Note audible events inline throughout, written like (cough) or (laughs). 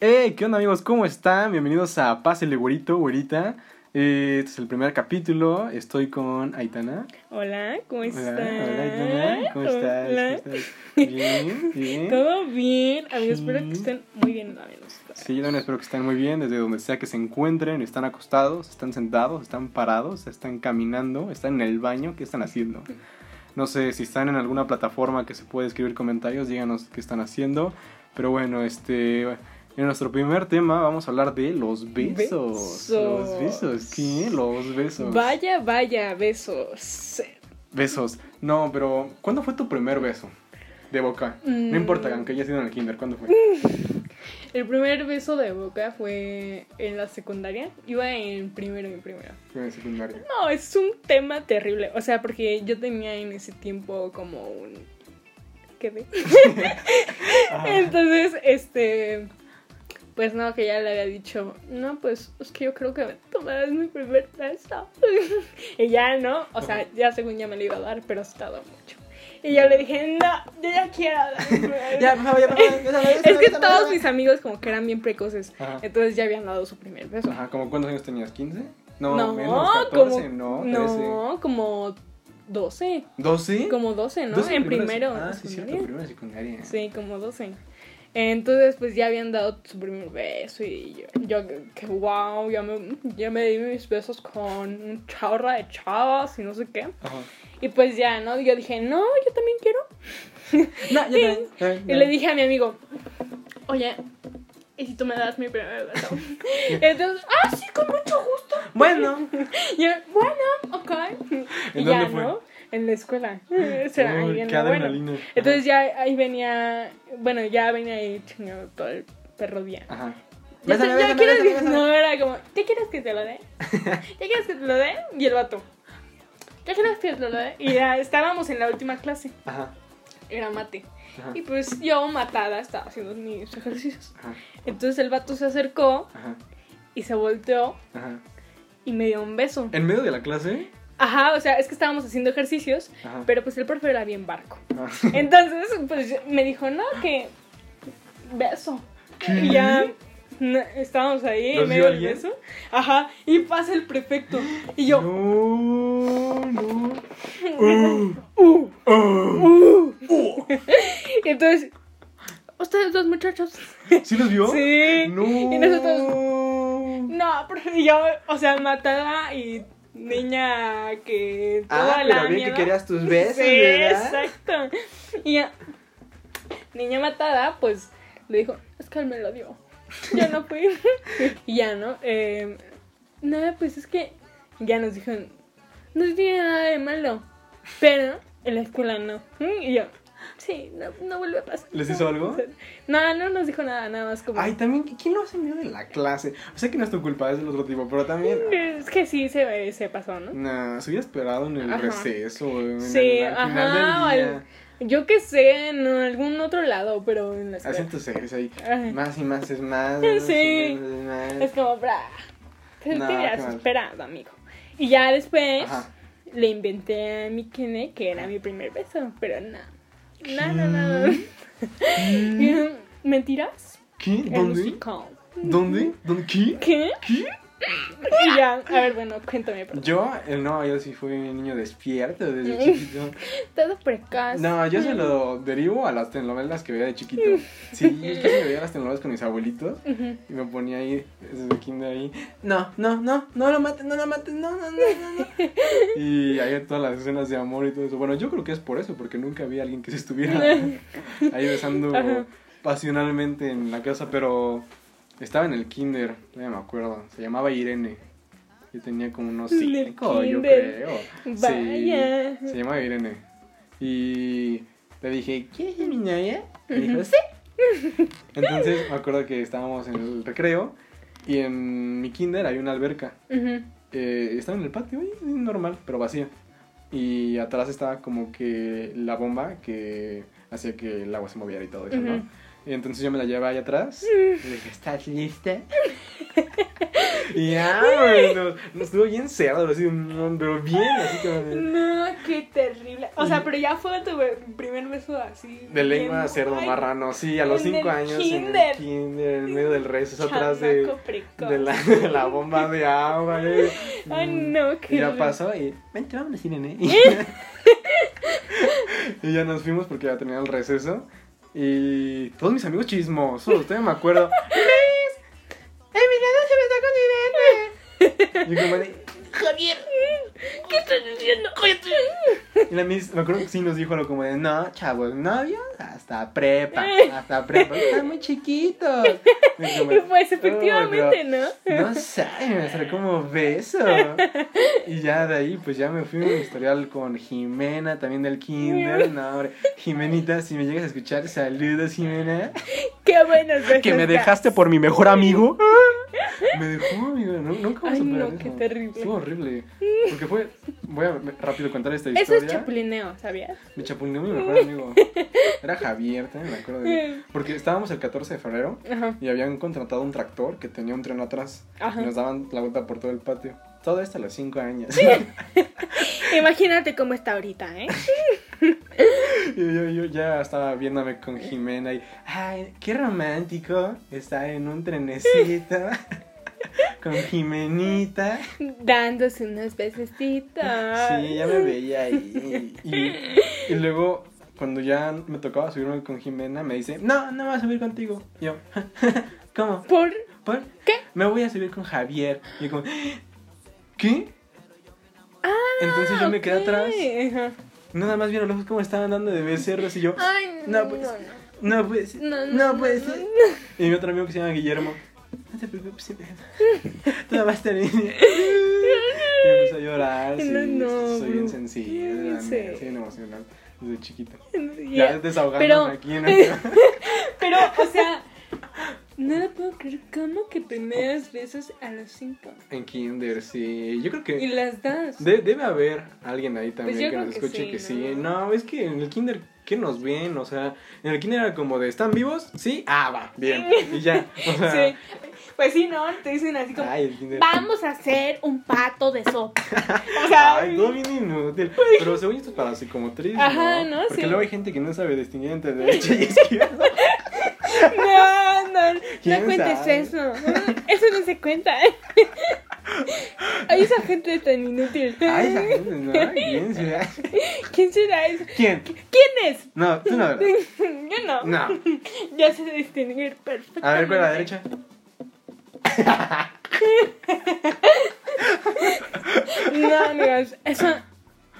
Hey, ¿qué onda amigos? ¿Cómo están? Bienvenidos a Pásele Güerito, Güerita. Eh, este es el primer capítulo. Estoy con Aitana. Hola, ¿cómo Hola, estás? hola Aitana. ¿Cómo estás? ¿Cómo Hola. estás? Bien, bien. Todo bien. Amigos, espero Sí. que estén muy bien. también ustedes. Sí, yo también espero que estén muy bien, desde donde sea que se encuentren, están acostados, están sentados, están parados, están caminando, están en el baño, ¿qué están haciendo? No sé, si están en alguna plataforma que se puede escribir comentarios, díganos qué están haciendo. Pero bueno, este, en nuestro primer tema vamos a hablar de los besos. Los Besos. besos, ¿qué? Los besos. Vaya, vaya, besos. Besos. No, pero ¿cuándo fue tu primer beso? De boca. No Mm. importa, aunque haya sido en el kinder, ¿cuándo fue? El primer beso de boca fue en la secundaria. Iba en primero, en primero. Fue en el (laughs) secundario. No, es un tema terrible. O sea, porque yo tenía en ese tiempo como un... ¿Qué ve? Ah. Entonces, este. Pues no, que ya le había dicho, no, pues es que yo creo que me tomarás mi primer beso. (laughs) y ya no, o sea, ya según ya me lo iba a dar, pero ha estado mucho. Y yo le dije, no, yo ya quiero dar (laughs) mi primer Ya, beso". por favor, ya, por favor, bésame, bésame, Es que bésame, todos bésame. mis amigos como que eran bien precoces, Ajá. entonces ya habían dado su primer beso. Ajá, ¿como cuántos años tenías? ¿15? No, No, menos, 14, como, no, 13. no, como 12, ¿12? como 12, ¿no? 12 en primero. Ah, en sí, cierto, secundaria. primero de secundaria. Sí, como 12. Entonces, pues ya habían dado su primer beso y yo, yo que wow, ya me, ya me di mis besos con un charra de chavas y no sé qué. Ajá. Y pues ya, ¿no? Yo dije, no, yo también quiero. No, yo (laughs) también, también, Y le también. dije a mi amigo, oye, ¿y si tú me das mi primer (laughs) beso? Entonces, ah, sí, con mucho gusto. Bueno. Y yo, bueno, ok. ¿En Y dónde ya, fue? ¿no? En la escuela. (laughs) O sea, ahí Uy, en qué la- bueno. adrenalina. Ajá. Entonces ya ahí venía, bueno, ya venía ahí chingado todo el perro día. Ajá. Ya, Bésame, te- ya bésame, quieres bésame, que- bésame. no, era como, ¿ya quieres que te lo (laughs) dé? ¿Ya quieres que te lo dé? Y el vato, ¿ya quieres que te lo dé? Y ya estábamos en la última clase, Ajá. era mate. Ajá. Y pues yo matada estaba haciendo mis ejercicios. Ajá. Entonces el vato se acercó Ajá. y se volteó Ajá. y me dio un beso. ¿En medio de la clase? Ajá, o sea, es que estábamos haciendo ejercicios, Ajá. Ah. pero pues el profe era bien barco. Ajá. Entonces, pues me dijo, no, que beso. (laughs) Y ya no, estábamos ahí ¿Los en medio dio del alguien? beso. Ajá, y pasa el prefecto. Y yo, No, (laughs) no. Uh, "Uh". uh. (laughs) Y entonces, ustedes dos muchachos. ¿Sí los vio? Sí. No. Y nosotros, no, pero y yo, o sea, matada y niña que toda Ah, la pero bien que mierda. querías tus besos, Sí, ¿verdad? exacto. Y ya, niña matada, pues le dijo, es que él me lo dio. Yo no fui. (laughs) y ya, ¿no? Eh, nada, pues es que ya nos dijo, no tiene nada de malo, pero en la escuela no. Mm, Y yo, sí, no, no vuelve a pasar. ¿Les hizo algo? No, no nos dijo nada, nada más como... Ay, también, ¿quién lo hace en medio de la clase? O sea que no es tu culpa, es del otro tipo, pero también. "Mm, es que sí se, se pasó, ¿no? Nah, se hubiera esperado en el Ajá. receso, en Sí, el, al ajá, final del día. Yo qué sé, en algún otro lado, pero en la Hacen escuela. tus series ahí. Ajá. Más y más es más. Sí. más y más es más. Es como, bra. Te No, te hubieras qué mal. esperado, amigo. Y ya después Ajá. le inventé a mi Kene que era mi primer beso, pero no. No, no, no. no. (laughs) Y, ¿Mentiras? ¿Qué? El ¿Dónde? musical. ¿Dónde? ¿Dónde? ¿Qué? ¿Qué? ¿Qué? Y ya, a ver, bueno, cuéntame, perdón. Yo, eh, no, yo sí fui un niño despierto (laughs) desde chiquito. Todo precaz. No, yo se lo Mm. derivo a las telenovelas que veía de chiquito. Sí, yo se veía las telenovelas con mis abuelitos Ujú. y me ponía ahí desde kinder ahí. No, no, no, no lo mates, no lo mates, no, no, no, no, (laughs) no. Y ahí todas las escenas de amor y todo eso. Bueno, yo creo que es por eso, porque nunca vi a alguien que se (laughs) estuviera ahí besando Ajá. pasionalmente en la casa, pero estaba en el kinder, ya me acuerdo, se llamaba Irene. Yo tenía como unos En el cinco, yo kinder. creo. Sí, Vaya. se llamaba Irene. Y le dije, ¿quieres ser mi novia? Me dijo, sí. (laughs) Entonces me acuerdo que estábamos en el recreo y en mi kinder hay una alberca. Ujú. Eh, estaba en el patio, ahí, normal, pero vacía. Y atrás estaba como que la bomba que hacía que el agua se moviera y todo eso, ¿no? Ujú. Y entonces yo me la llevaba ahí (laughs) atrás. Y le dije, ¿estás lista? (laughs) y ya, güey, nos, nos estuvo bien cerrado, así, mm, pero bien, así que... No, qué terrible. O sea, Y- pero ya fue tu be- primer beso así. De lengua bien- cerdo ay, marrano, sí, a los en cinco el años en el kinder. kinder, en medio del rey, atrás de, chamaco precoz. de, la, de la bomba de agua. eh. Ay, Mm. no, qué ¿Eh? Y ya horror. pasó y. Vente, vámonos, sí, nene. (laughs) y ya nos fuimos porque ya tenía el receso. Y todos mis amigos chismosos, todavía me (laughs) acuerdo. ¡Luis! (laughs) ¡Emiliano se besó con Irene! Javier, ¿qué estás diciendo? Cállate. Y, como de- y la mis, me acuerdo que sí nos dijo lo como de: No, chavos, novios hasta (laughs) prepa. Hasta prepa. Están muy chiquitos. Y como de, Y "Uy, pues bro, efectivamente, ¿no? No sabe, me salió como beso. Y ya de ahí, pues ya me fui a un historial con Jimena, también del Kinder. No, hombre. Jimenita, si me llegas a escuchar, saludos, Jimena. Qué buenos besos. (laughs) Que me das. dejaste por mi mejor amigo. Me dejó, amigo. nu- Nunca voy a Ay, superar no, qué eso. terrible. Estuvo horrible. Porque fue. Voy a rápido contar esta Eso historia. es chapulineo, ¿sabías? Me chapulineó mi mejor amigo. Era Javier, también me acuerdo de él. Porque estábamos el 14 de febrero Eh, Ajá. y habían contratado un tractor que tenía un tren atrás. Ajá. Y nos daban la vuelta por todo el patio. Todo esto a los 5 años. (laughs) Imagínate cómo está ahorita, ¿eh? yo, yo, yo ya estaba viéndome con Jimena y, ay, qué romántico estar en un trenecito (laughs) con Jimenita. Dándose unos besecitos. Sí, ya me veía ahí. Y, y luego, cuando ya me tocaba subirme con Jimena, me dice, no, no me voy a subir contigo. Y yo, (laughs) ¿cómo? Por. ¿Por? ¿Qué? Me voy a subir con Javier. Y yo como, ¿qué? Entonces yo me quedé atrás. atrás. Nada más vieron los ojos como estaban dando de becerros y yo. Ay, No, pues. No, pues. Ah. No, No, no, pues. no, no, Y mi otro amigo que se llama Guillermo. No te preocupes, sí, (laughs) todo va a estar bien. Y empezó a llorar. Sí, No, no, soy bro. bien sensible, la Sí. neta, soy bien emocional desde chiquito. Ya (laughs) Ya. desahogándome pero- aquí (laughs) en el... Pero, o sea, no lo puedo creer. ¿Cómo que primeros besos a los cinco? en Kinder, sí. Yo creo Y que las das. de- debe haber alguien ahí también yo que creo nos que escuche sí, que sí. ¿no? No, es que en el Kinder, ¿qué nos ven? O sea, en el Kinder era como de, ¿están vivos? Sí, ah, va, bien. Y ya. O sea, Sí. Pues sí, no, te dicen así como. Ay, el kinder. Vamos a hacer un pato de sopa. (laughs) O sea, Ay, todo bien inútil. (laughs) Pero según esto es para psicomotriz, Ajá, ¿no? ¿no? Porque Sí. luego hay gente que no sabe distinguir entre derecha y (laughs) izquierda. no, no, ¿Quién no cuentes sabe? eso. Eso no se cuenta. Ay, esa gente es tan inútil. Ay, esa gente, ¿no? ¿Quién será? ¿Quién será eso? ¿Quién? ¿Quién es? No, tú no. ¿verdad? (laughs) Yo no. No. Ya sé distinguir perfectamente. A ver, con la derecha. No, amigos, eso,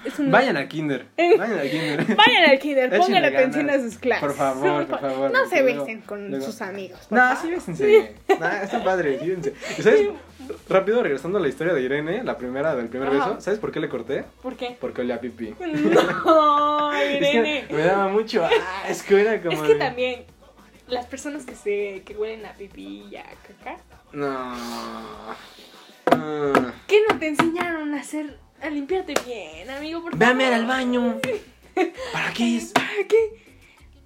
eso no. Eh. Vayan a Kinder. Vayan a Kinder. (laughs) Vayan al kinder, Échenle pongan atención ganas. a sus clases. Por favor, por fa- favor, No porque se luego- besen con luego- sus amigos. (laughs) por No, favor. sí, bésense. No, está padre, sí, bésense. ¿Y ¿Sabes? Rápido, regresando a la historia de Irene, la primera del primer Ajá. beso. ¿Sabes por qué le corté? ¿Por qué? Porque olía a pipí. (laughs) No, Es que Irene. me daba mucho asco, era como Es que de- también las personas que se que huelen a pipí y a caca, No. Ah. ¿qué no te enseñaron a hacer a limpiarte bien, amigo? Por Ve a mear favor? al baño. ¿Para qué es? ¿Para qué?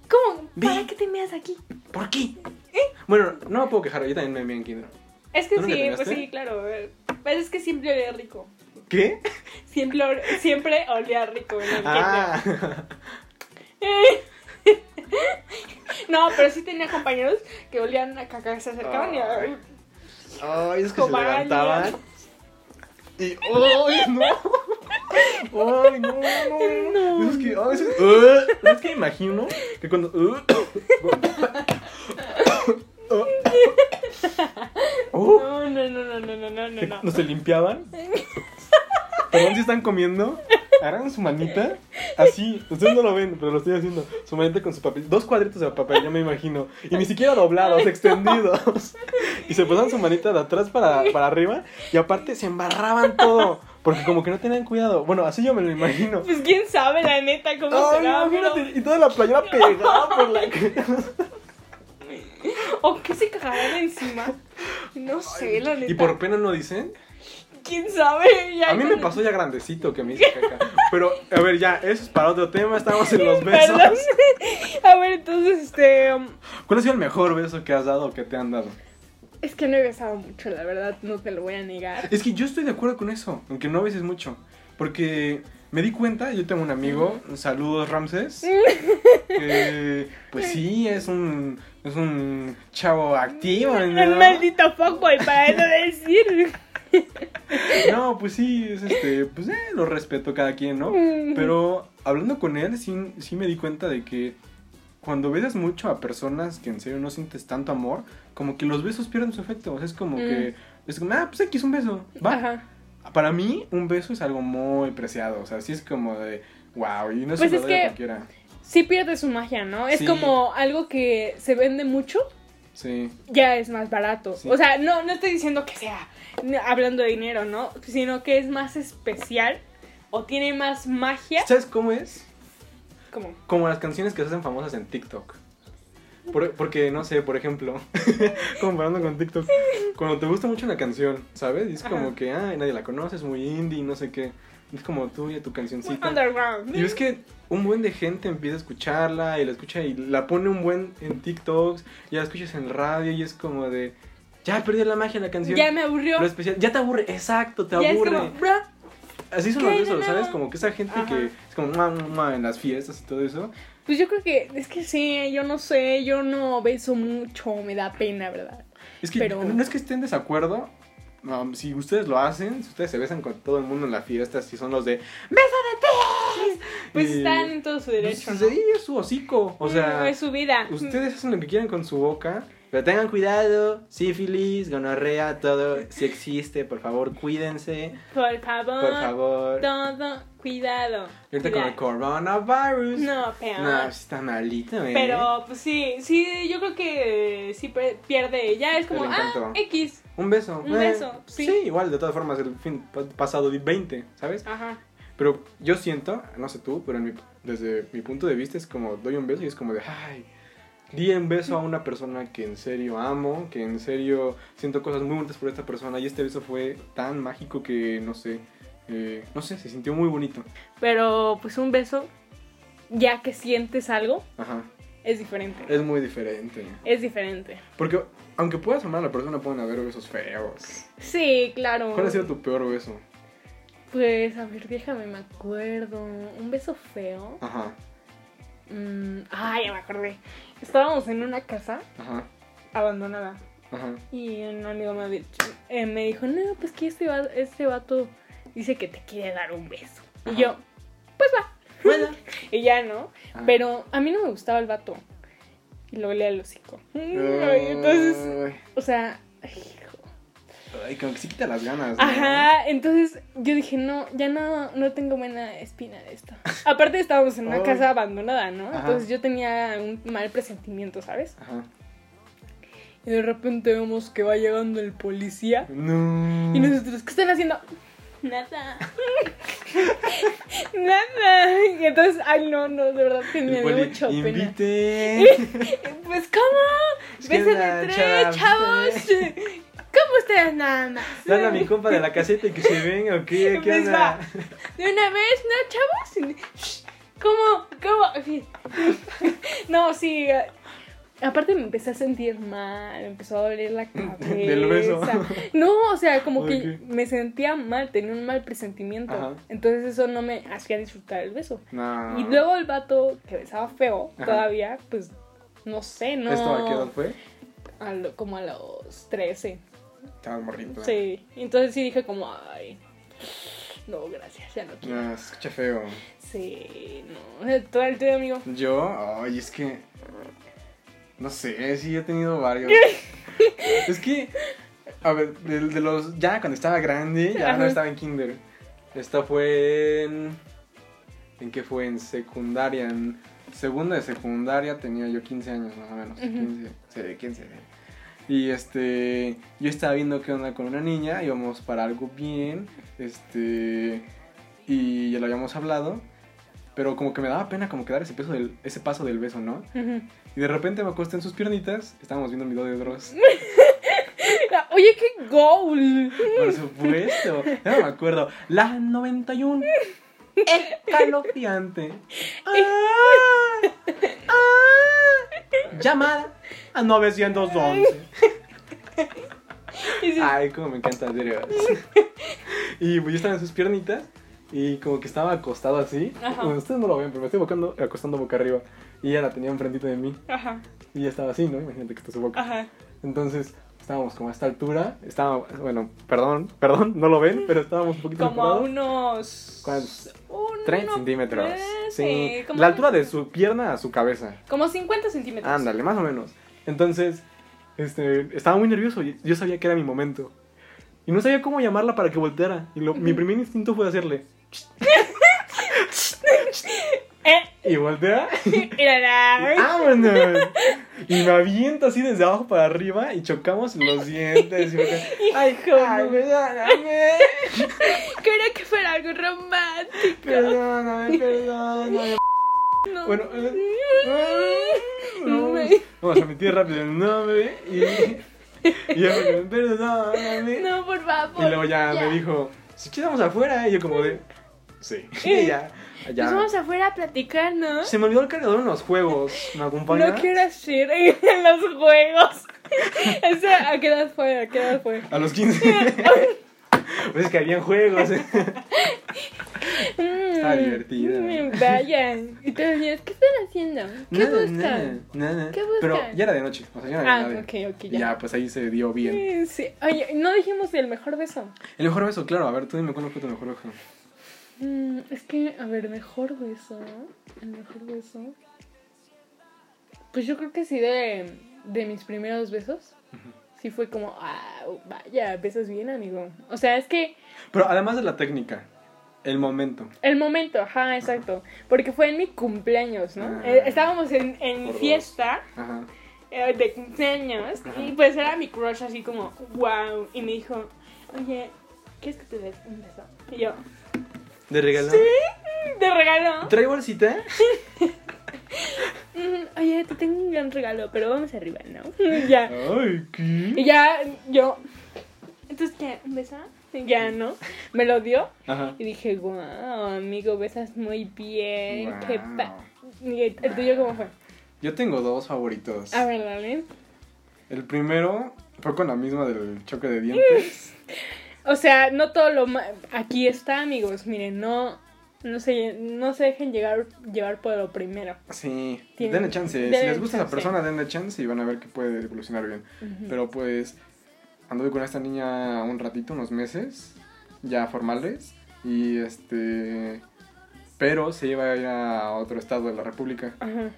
¿Cómo? Ve. ¿Para qué te meas aquí? ¿Por qué? Bueno, no me puedo quejar, yo también me meé en kinder. Es que ¿Tú nunca sí, te pues measte? sí, claro. eh, Pues es que siempre olía rico. ¿Qué? Siempre, or- siempre olía rico. en el Ah. kinder. No, pero sí tenía compañeros que olían a caca, se acercaban y... Ay. Ay, es que se Cobaña. levantaban. Y ay, no. Ay, no, no, no. No. Es que a veces uh, es que imagino que cuando uh, ¡eh! (laughs) uh, No, no, no, no, no, no, no, que (laughs) no, no no. se limpiaban. Perdón si están comiendo. Agarran su manita. Así. Ustedes no lo ven, pero lo estoy haciendo. Su manita con su papel. Dos cuadritos de papel, ya me imagino. Y ni siquiera doblados, extendidos. Y se ponían su manita de atrás para, para arriba. Y aparte se embarraban todo. Porque como que no tenían cuidado. Bueno, así yo me lo imagino. Pues quién sabe la neta cómo Ay, será, pero- imagínate, Y toda la playera pegada por (laughs) la ¿O qué se cagarán encima? No sé, la neta. ¿Y por pena no dicen? ¿Quién sabe? Ya A mí me cuando- (laughs) pasó ya grandecito que me hice caca. Pero, a ver, ya, eso es para otro tema. Estamos en (laughs) los besos. Perdón. A ver, entonces, este... um, ¿Cuál ha sido el mejor beso que has dado o que te han dado? Es que no he besado mucho, la verdad, no te lo voy a negar. Es que yo estoy de acuerdo con eso, aunque no veces mucho. Porque me di cuenta, yo tengo un amigo, saludos (laughs) Ramses, que pues sí, es un, es un chavo activo. Un ¿no? maldito fuckboy, para eso decir. No, pues sí, es este, pues eh, lo respeto cada quien, (laughs) ¿no? Mm. Pero hablando con él, sí, sí me di cuenta de que cuando besas mucho a personas que en serio no sientes tanto amor, como que los besos pierden su efecto. O sea, es como Mm. que, es como, ah, pues aquí es un beso, va. Ajá. Para mí, un beso es algo muy preciado. O sea, sí es como de wow. Y no Pues se es lo doy que- a cualquiera. Sí pierde su magia, ¿no? Es Sí. como algo que se vende mucho, Sí. ya es más barato. Sí. O sea, no, no estoy diciendo que sea n- hablando de dinero, ¿no? Sino que es más especial o tiene más magia. ¿Sabes cómo es? Como, Como las canciones que se hacen famosas en TikTok. Por- porque, no sé, por ejemplo, (laughs) comparando con TikTok, cuando te gusta mucho una canción, ¿sabes? Y es como Ajá. que, ay, nadie la conoce, es muy indie, no sé qué. Es como tuya, tu muy cancioncita. underground. Y es que un buen de gente empieza a escucharla y la escucha y la pone un buen en TikToks, ya la escuchas en radio y es como de, ya perdí la magia de la canción. ya me aburrió. Lo especial. Ya te aburre, exacto, te ya aburre. es como, bro, Así son los ¿qué? besos, No. ¿sabes? Como que esa gente Ajá. que es como "Mua, mua, mua", en las fiestas y todo eso. Pues yo creo que, es que sí, yo no sé, yo no beso mucho, me da pena, ¿verdad? Es que Pero- no es que estén en desacuerdo. um, si ustedes lo hacen, si ustedes se besan con todo el mundo en la fiesta, si son los de Pues Y- están en todo su derecho, Eh, pues, ¿no? ahí es su hocico. O Mm, sea, es su vida. ustedes hacen lo que quieran con su boca. Pero tengan cuidado, sífilis, gonorrea, todo, si existe, por favor, cuídense, Por favor. por favor. Todo, cuidado. Ahorita con el cuidado. coronavirus. No, peor. No, sí está malito, eh. Pero pues sí, sí, yo creo que sí pe- pierde. Ya es como, El ah, encanto. X. Un beso. Eh, Un beso, sí. igual, de todas formas, el fin pa- pasado di 20, ¿sabes? Ajá. Pero yo siento, no sé tú, pero en mi- desde mi punto de vista es como doy un beso y es como de, ay, di un beso a una persona que en serio amo, que en serio siento cosas muy bonitas por esta persona y este beso fue tan mágico que, no sé, eh, no sé, se sintió muy bonito. Pero pues un beso, ya que sientes algo, Ajá, es diferente. es muy diferente. Es diferente. Porque aunque puedas amar a la persona, pueden haber besos feos. Sí, claro. ¿Cuál ha sido tu peor beso? Pues, a ver, déjame, me acuerdo. Un beso feo. Ajá, Mm, ay, ya me acordé. Estábamos en una casa ajá, abandonada. ajá. Y un amigo me, ha dicho- eh, me dijo, no, pues que este, va- este vato dice que te quiere dar un beso. Y Ajá. yo, pues va. Bueno. (laughs) Y ya, ¿no? Ah. Pero a mí no me gustaba el vato. Y lo olía el hocico. Ah. Mm, Ay, entonces, Ay. o sea, ay, hijo. Ay, como que sí quita las ganas. ¿no? Ajá, entonces yo dije, no, ya no, no tengo buena espina de esto. Aparte estábamos en una Ay. casa abandonada, ¿no? Ajá. Entonces yo tenía un mal presentimiento, ¿sabes? Ajá. Y de repente vemos que va llegando el policía. No. Y nosotros, ¿qué están haciendo? Nada. (laughs) Nada. Y entonces, ay, no, no, de verdad que me El dio poli, mucho pena. (laughs) Invite. Pues, ¿cómo? Es que Besos de nada, tres, chavos. chavos. ¿Cómo ustedes nada más? Dale a mi compa de la caseta y que se venga, ¿o (laughs) qué? ¿Qué Pues va. onda? De una vez, ¿no, chavos? Shh, ¿Cómo? ¿Cómo? (laughs) No, sí. eh, Aparte me empecé a sentir mal, me empezó a doler la (laughs) cabeza. Del beso. (laughs) No, o sea, como que Ok. me sentía mal, tenía un mal presentimiento. Ajá. Entonces eso no me hacía disfrutar el beso. No. Y luego el vato que besaba feo Ajá. todavía, pues no sé, no. ¿Esto a qué edad fue? A lo- como a los 13. Estaba morrito. Sí. Entonces sí dije como, ay, no, gracias, ya no quiero. No, se escucha feo. Sí, no. (laughs) Todo el tuyo, amigo. Yo, ay, es que. No sé, sí, he tenido varios. (laughs) es que. A ver, de, de los. Ya cuando estaba grande, ya no Ajá. estaba en Kinder. Esta fue en. ¿En qué fue? En secundaria. En segunda de secundaria tenía yo 15 años, más o menos. Ujú. 15, sí, 15. Y este. Yo estaba viendo qué onda con una niña, íbamos para algo bien. Este. Y ya lo habíamos hablado. Pero como que me daba pena como que dar ese, peso del, ese paso del beso, ¿no? Ujú. Y de repente me acosté en sus piernitas. Estábamos viendo un video de Dross. (laughs) Oye, qué goal. Por supuesto. Ya no me acuerdo. La 91. Escalofriante. Ah, ah, llamada a 911. (laughs) Y sí, Ay, como me encantan Dreas. Y pues yo estaba en sus piernitas y como que estaba acostado así. Ajá. Bueno, ustedes no lo ven, pero me estoy bocando- acostando boca arriba. Y ella la tenía enfrentito de mí. Ajá, Y ella estaba así, ¿no? Imagínate que está su boca. ajá. Entonces estábamos como a esta altura. Estábamos, bueno, perdón, perdón, no lo ven, pero estábamos un poquito Como a separados. unos. ¿Cuántos? uno- 30 centímetros. tres, eh, Sí. como- La altura de su pierna a su cabeza. Como 50 centímetros. (laughs) Ándale, más o menos. Entonces, este, estaba muy nervioso. y Yo sabía que era mi momento. Y no sabía cómo llamarla para que volteara. Y lo- mi primer instinto fue hacerle. (laughs) Eh, Y voltea. y la- la- y ¡Vámonos! Y me aviento así desde abajo para arriba y chocamos los dientes. Y fue que, Ah, ¡Ay, ay, perdóname! Quería que fuera algo romántico. Perdóname, perdóname. (laughs) No. Bueno, eh, (laughs) eh, vamos, Me- vamos a meter rápido el nombre. Y, y yo, fue como, perdóname. No, por favor. eh, Y luego ya, me dijo, si quedamos afuera, y yo como de, sí. (laughs) Y ya, ya. Nos vamos afuera a platicar, ¿no? Se me olvidó el cargador en los juegos, ¿me acompaña? No quiero hacer (laughs) en los juegos. (laughs) Ese, ¿a qué edad fue? ¿A qué edad fue? A los (laughs) 15. (laughs) pues es que habían juegos. Está divertida. Mm, Vaya. Y te decías, ¿qué están haciendo? (laughs) ¿Qué Nada, buscan? Nada, nada. ¿Qué buscan? Pero ya era de noche, o sea, ya no había Ah, nadie. ok, ok, Y ya. ya. pues ahí se dio bien. Eh, Sí. Oye, no dijimos el mejor beso. El mejor beso, claro, a ver, tú dime cuál fue tu mejor beso. Mm, es que, a ver, mejor beso. El mejor beso. Pues yo creo que sí, de, de mis primeros besos. Sí fue como, ah, vaya, besas bien, amigo. O sea, es que Pero además de la técnica, el momento. el momento, ajá, exacto. Porque fue en mi cumpleaños, ¿no? Ah. Eh, estábamos en, en mi Por dos. fiesta. Ajá. eh, de cumpleaños Ajá. y pues era mi crush así como wow y me dijo oye ¿quieres que te des un beso? y yo ¿De regalo? te regalo ¿Trae (laughs) bolsita? Mm, oye te tengo un gran regalo pero vamos arriba ¿no? (laughs) ya Ay, y ¿qué? ya yo entonces ¿qué? ¿un beso? ya no me lo dio Ajá. y dije wow amigo besas muy bien qué Wow. pa y el el tuyo cómo fue Yo tengo dos favoritos. a ver dale El primero fue con la misma del choque de dientes. O sea, no todo lo ma- aquí está, amigos. Miren, no no se no se dejen llegar llevar por lo primero. Sí, Tiene- denle chance. Si Mm. denle les gusta esa chance. Mm. persona, denle chance y van a ver que puede evolucionar bien. Pero pues anduve con esta niña un ratito, unos meses, ya formales. Y este... Pero se iba a ir a otro estado de la República. Ajá.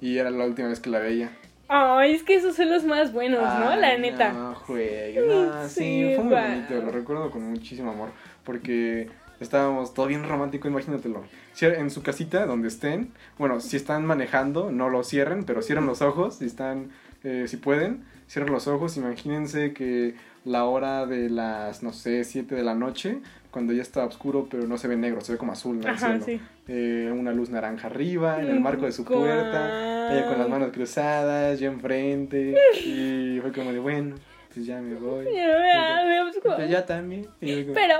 Y era la última vez que la veía. Ay, es que esos son los más buenos, ¿no? La Ay, neta. No, juegue, (laughs) no, sí, Sí, fue muy guau. bonito, lo recuerdo con muchísimo amor, porque estábamos todo bien romántico, imagínatelo. Si en su casita, donde estén, bueno, si están manejando, no lo cierren, pero cierren los ojos, si están, eh, si pueden, cierren los ojos, imagínense que la hora de las, no sé, 7 de la noche, cuando ya está oscuro, pero no se ve negro, se ve como azul, ¿no? El Ajá, cielo. sí. Mm, Eh, una luz naranja arriba, en el marco de su puerta. Ella con las manos cruzadas, yo enfrente. Y fue como de, bueno, pues ya me voy. Ya, veamos cómo- Yo ya también. Y, yo como- Pero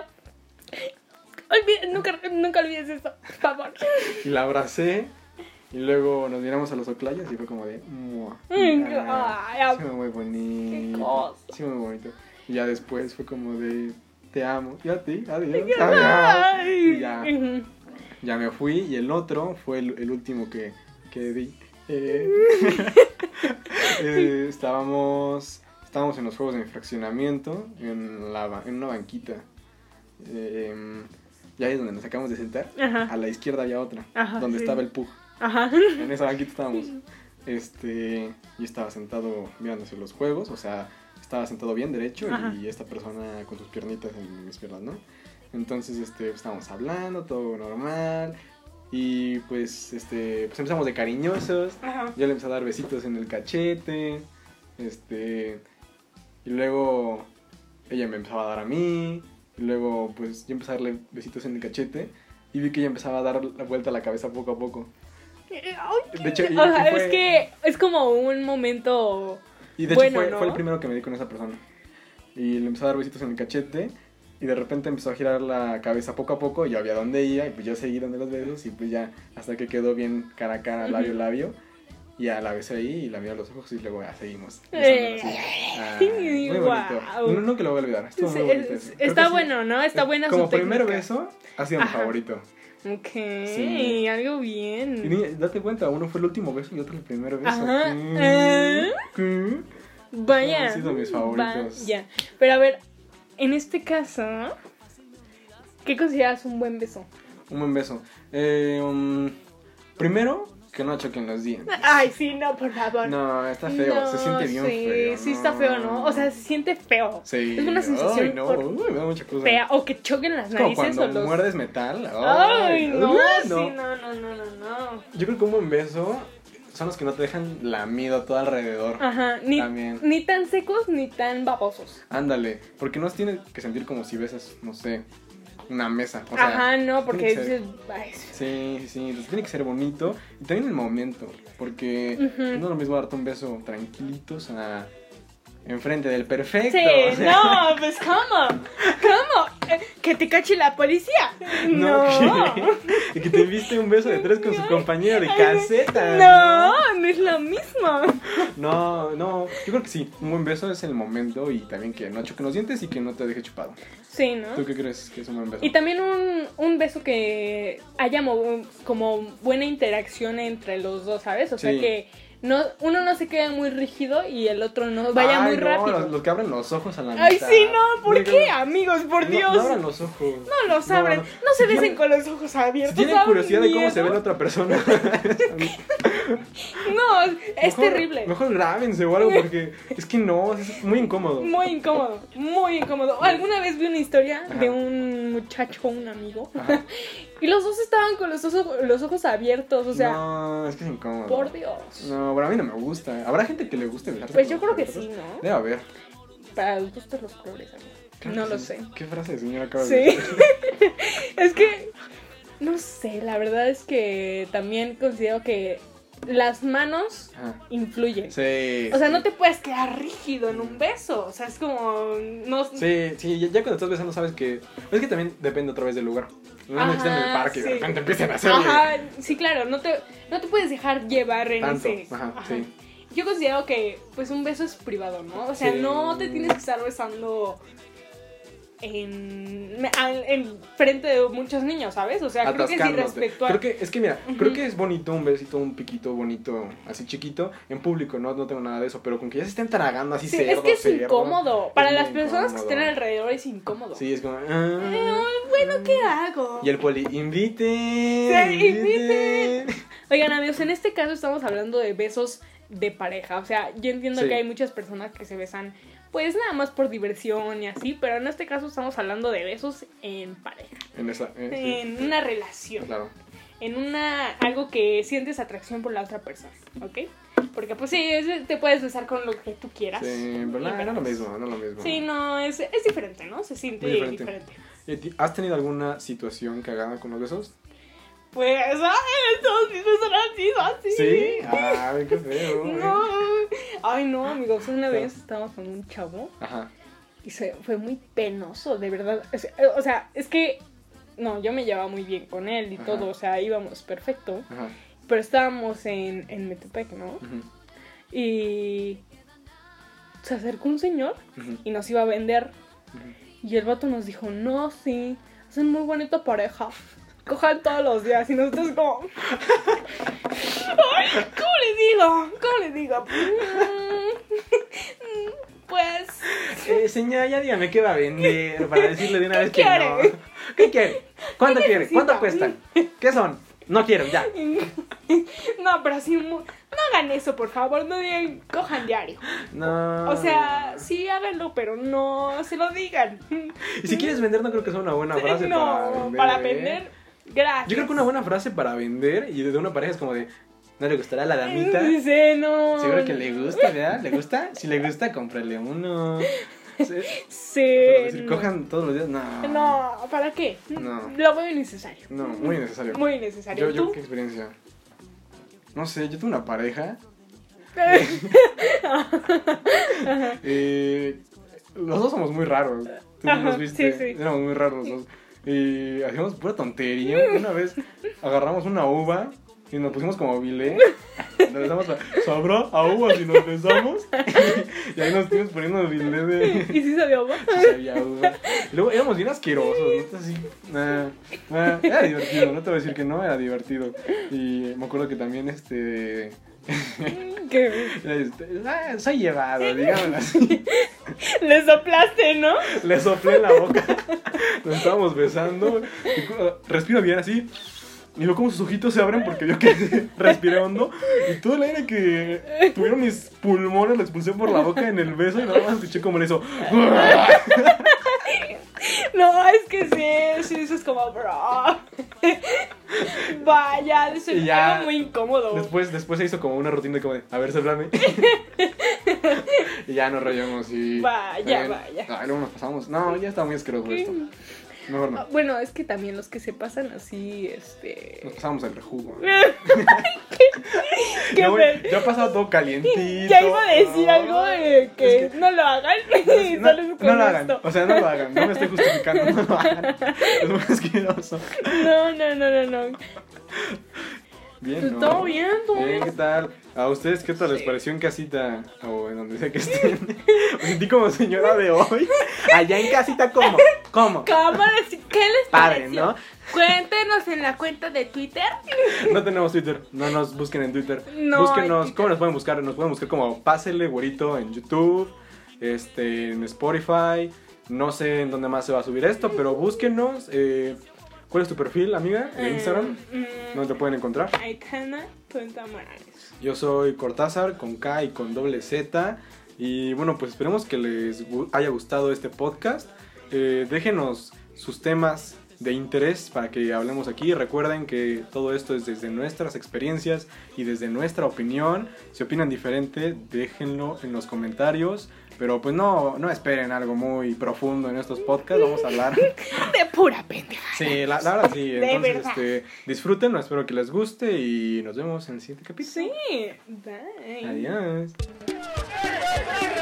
olvi- nunca, nunca olvides eso, por favor. y la abracé. Y luego nos miramos a los oclayas y fue como de, "Mua". Ay, Ah, ay, sí, muy bonito. qué cosa. Sí, muy bonito. Y ya después fue como de, te amo. Yo a ti, adiós. Ay. Y ya, Ujú. ya me fui. Y el otro fue el, el último que, que di. (laughs) Eh, eh, estábamos, estábamos en los juegos de infraccionamiento en, la, ba- en una banquita. Eh, y ahí es donde nos acabamos de sentar. A Ajá. la izquierda había otra, Ajá, donde sí. estaba el pug. Ajá. En esa banquita estábamos. Este, yo estaba sentado mirando hacia los juegos, o sea, estaba sentado bien derecho Ajá. y esta persona con sus piernitas en mis piernas, ¿no? Entonces, este, estábamos hablando, todo normal. Y pues, este, pues empezamos de cariñosos. Ajá. Yo le empecé a dar besitos en el cachete. Este. Y luego ella me empezaba a dar a mí. Y luego, pues yo empecé a darle besitos en el cachete. Y vi que ella empezaba a dar la vuelta a la cabeza poco a poco. De hecho, y- O sea, y fue- es que es como un momento Y de hecho Bueno, fue, ¿no? fue el primero que me di con esa persona. y le empezó a dar besitos en el cachete y de repente empezó a girar la cabeza poco a poco y yo había dónde iba y pues yo seguí dando los besos y pues ya hasta que quedó bien cara a cara, labio a Ujú. labio. Y ya la besé ahí y la miré a los ojos y luego ya seguimos. Eh, besándonos así. (laughs) Ah, sí, muy bonito. guau. No, nunca lo voy a olvidar. Estuvo muy Es- bonito. es- eso. Creo está que sí. bueno, ¿no? Está buena Como su primer técnica. beso, ha sido mi Ajá. favorito. Ok, Sí. algo Y bien. ni- date cuenta, uno fue el último beso y otro el primer beso. Mm. Ajá. ¿Qué? Ah. ¿Qué? Vaya. han sido mis favoritos. Vaya. Pero a ver, en este caso, ¿qué consideras un buen beso? Un buen beso. Eh, um, primero, que no choquen los dientes. Ay, sí, no, por favor. No, está feo. se Ah, No, siente bien sí, feo. Sí, está feo, ¿no? O sea, se siente feo. Sí. Es una sensación Ay, no. hor- uy, me da mucha cosa. fea. O que choquen las Es como narices cuando o los. muerdes metal. Ay, no, uy, sí, no, no, no, no, no. Yo creo que un buen beso son los que no te dejan lamido a todo alrededor. Ajá, ni, También. ni tan secos ni tan babosos. Ándale, porque no se tiene que sentir como si besas, no sé, una mesa. O sea, Ajá, no, porque tiene que dices, ay, Sí, sí, sí, entonces tiene que ser bonito y también el momento, porque Ujú. no es lo mismo darte un beso tranquilitos a enfrente del perfecto. (laughs) Sí, no, pues ¿cómo? ¿Cómo? Eh, ¿Que te cache la policía? No. No, que, que te viste un beso de tres con su compañero de caseta. No, no es lo mismo. No, no, yo creo que sí, un buen beso es el momento y también que no choquen los dientes y que no te deje chupado. Sí, ¿no? ¿Tú qué crees que es un buen beso? Ah. Y también un, un beso que haya mo- como buena interacción entre los dos, ¿sabes? O sea Sí. que no, uno no se quede muy rígido y el otro no vaya Ay, muy no, rápido. Los, los que abren los ojos a la Ay, mitad. sí, no, ¿por No, qué, no, amigos? Por no, Dios. No abran los ojos. No los abran, no, no. se Si besen tienen- con los ojos Si abiertos. tienen dan curiosidad de cómo se ve miedo. la otra (laughs) persona. No, es Mejor- terrible. Mejor grábense o algo porque es que no, es muy incómodo. Muy incómodo, muy incómodo. Alguna vez vi una historia Ajá. de un muchacho, un amigo, Ajá. y los dos estaban con los, oso- los ojos abiertos, (laughs) o sea, no, es que es incómodo. por Dios. No, bueno, a mí no me gusta. ¿Habrá gente que le guste besarse Pues con yo los creo que abiertos? sí, ¿no? Debe haber. Para los gustos los colores, amigo. Claro No que lo sí. sé. ¿Qué frase de señora acaba de Sí. decir? es que, no sé, la verdad es que también considero que las manos Ajá. influyen. Sí. O sea, sí. no te puedes quedar rígido en un beso. O sea, es como. No, Sí, sí, ya, ya cuando estás besando sabes que... Es que también depende otra vez del lugar. No Ajá, no estén en el parque y sí. de repente empiezan a hacerle (laughs) Ajá, sí, claro, no te, no te puedes dejar llevar en tanto. ese. Ajá, ajá. sí. Yo considero que pues un beso es privado, ¿no? O sea, Sí. no te tienes que estar besando en, al- en frente de muchos niños, ¿sabes? O sea, creo que es atascándote. irrespetual. Creo que, es que mira, Ujú. creo que es bonito un besito, un piquito bonito, así chiquito, en público, no, no tengo nada de eso, pero con que ya se estén tragando así Sí, cerdo, es que es cerdo. incómodo. Para Es las muy personas que incómodo. estén alrededor es incómodo. Sí, es como... Eh, ah, bueno, ¿qué hago? y el poli, invite. Sí, Oigan, amigos, en este caso estamos hablando de besos de pareja. O sea, yo entiendo Sí. que hay muchas personas que se besan, pues nada más por diversión y así, pero en este caso estamos hablando de besos en pareja, (laughs) En esa... eh, en una sí, relación, Claro. en una algo que sientes atracción por la otra persona, ¿ok? Porque pues sí, es- te puedes besar con lo que tú quieras. Sí, pero no, Y no lo pues, mismo, no lo mismo. Sí, no, es, es diferente, ¿no? Se siente Muy diferente. diferente. ¿Y ti- ¿Has tenido alguna situación cagada con los besos? Pues, ay, todos mis besos han sido así. Ay, qué feo. eh. (laughs) No. Ay, no, amigos. Una vez estábamos con un chavo Ajá. y se, fue muy penoso, de verdad. O sea, o sea, es que. No, yo me llevaba muy bien con él y Ajá. todo. O sea, íbamos perfecto. Ajá. Pero estábamos en, en Metepec, ¿no? ujú, Y. Se acercó un señor ujú, y nos iba a vender. ujú. Y el vato nos dijo: No, sí, hacen muy bonita pareja. Cojan todos los días. Y nosotros, como. Ay, ¿Cómo les digo? ¿Cómo les digo? Mm, Pues. Eh, señora, ya dígame qué va a vender para decirle de una vez ¿Qué que quiere? no. ¿Qué quiere? ¿Cuánto ¿Qué quiere? ¿Cuánto necesita? cuestan? ¿Qué son? No quiero, ya. No, pero sí. mu- No hagan eso, por favor. No digan, cojan diario. No. O sea, sí háganlo, pero no se lo digan. Y si quieres vender, no creo que sea una buena frase para No, vender. para ¿eh? vender, gracias. Yo creo que una buena frase para vender y de una pareja es como de. ¿No le gustará la damita? Dice, no. Seguro que le gusta, ¿verdad? ¿Le gusta? Si le gusta, cómprale uno. Sí, (laughs) Sí. pero decir, no. cojan todos los días, no. No, ¿para qué? No. Lo veo innecesario. No, muy necesario. Muy innecesario. Yo, yo, ¿Tú? ¿qué experiencia? No sé, yo tuve una pareja Eh, Los dos somos muy raros. Tú Ajá, nos viste. sí, sí. Éramos muy raros los dos. Y hacíamos pura tontería. Una vez agarramos una uva y nos pusimos como vilé. Nos damos la- sabrá a uva si nos besamos. (laughs) y ahí nos estuvimos poniendo vilé de. (laughs) Y sí (laughs) sabía uva. Sabía uva. Y luego éramos bien asquerosos, ¿no? Entonces, así, nah, nah, era divertido, no te voy a decir que no, era divertido. Y me acuerdo que también este. Que era este, ah, soy llevado, digámoslo así. le soplaste, ¿no? Le soplé en la boca. Nos estábamos besando. Y cu- Respiro bien así. Y veo como sus ojitos se abren porque vio que (laughs) respiré hondo. Y todo el aire que tuvieron mis pulmones lo expulsé por la boca en el beso. Y nada más escuché como le hizo. No, es que sí, sí, eso es como, bro. (laughs) Vaya, eso Y ya- era muy incómodo. Después, después se hizo como una rutina de como de, a ver, soplame. (laughs) y ya nos rayamos y... Vaya, también- vaya. Ay, luego nos pasamos. No, ya está muy asqueroso esto. Mejor Ah, no. Bueno, es que también los que se pasan así, este. (laughs) Nos pasamos el rejugo. Qué yo, ver- yo he pasado todo calientito. Ya iba a decir No. algo de que, Es que- no lo hagan. y (laughs) No, solo con no lo hagan, esto. o sea, no lo hagan, no me estoy justificando, no lo hagan. Es muy asqueroso. No, no, no, no, no. Bien, Pues ¿no? todo bien, todo Bien, ¿Qué bien. tal? ¿A ustedes qué tal les Sí. pareció en casita o en donde sea que estén? (laughs) Me sentí como señora de hoy. Allá en casita, ¿cómo? ¿Cómo? Cámaras, ¿y ¿qué les Padre, pareció? ¿no? Cuéntenos en la cuenta de Twitter. No tenemos Twitter, no nos busquen en Twitter. No, en Búsquenos, Twitter. ¿cómo nos pueden buscar? Nos pueden buscar como Pásele Güerito en YouTube, este, en Spotify. No sé en dónde más se va a subir esto, pero búsquenos. eh, ¿Cuál es tu perfil, amiga? En Instagram. Eh, mm, ¿Dónde te pueden encontrar? Aitana Puente Morales. Yo soy Cortázar con K y con doble Z. Y bueno, pues esperemos que les gu- haya gustado este podcast. Eh, déjenos sus temas de interés para que hablemos aquí. Recuerden que todo esto es desde nuestras experiencias y desde nuestra opinión. Si opinan diferente, déjenlo en los comentarios. Pero pues no, no esperen algo muy profundo en estos podcasts. Vamos a (laughs) hablar De pura pendeja. Sí, la, la verdad sí. De Entonces, verdad. este, disfrútenlo, espero que les guste y nos vemos en el siguiente capítulo. Sí. Bye. Adiós. Thank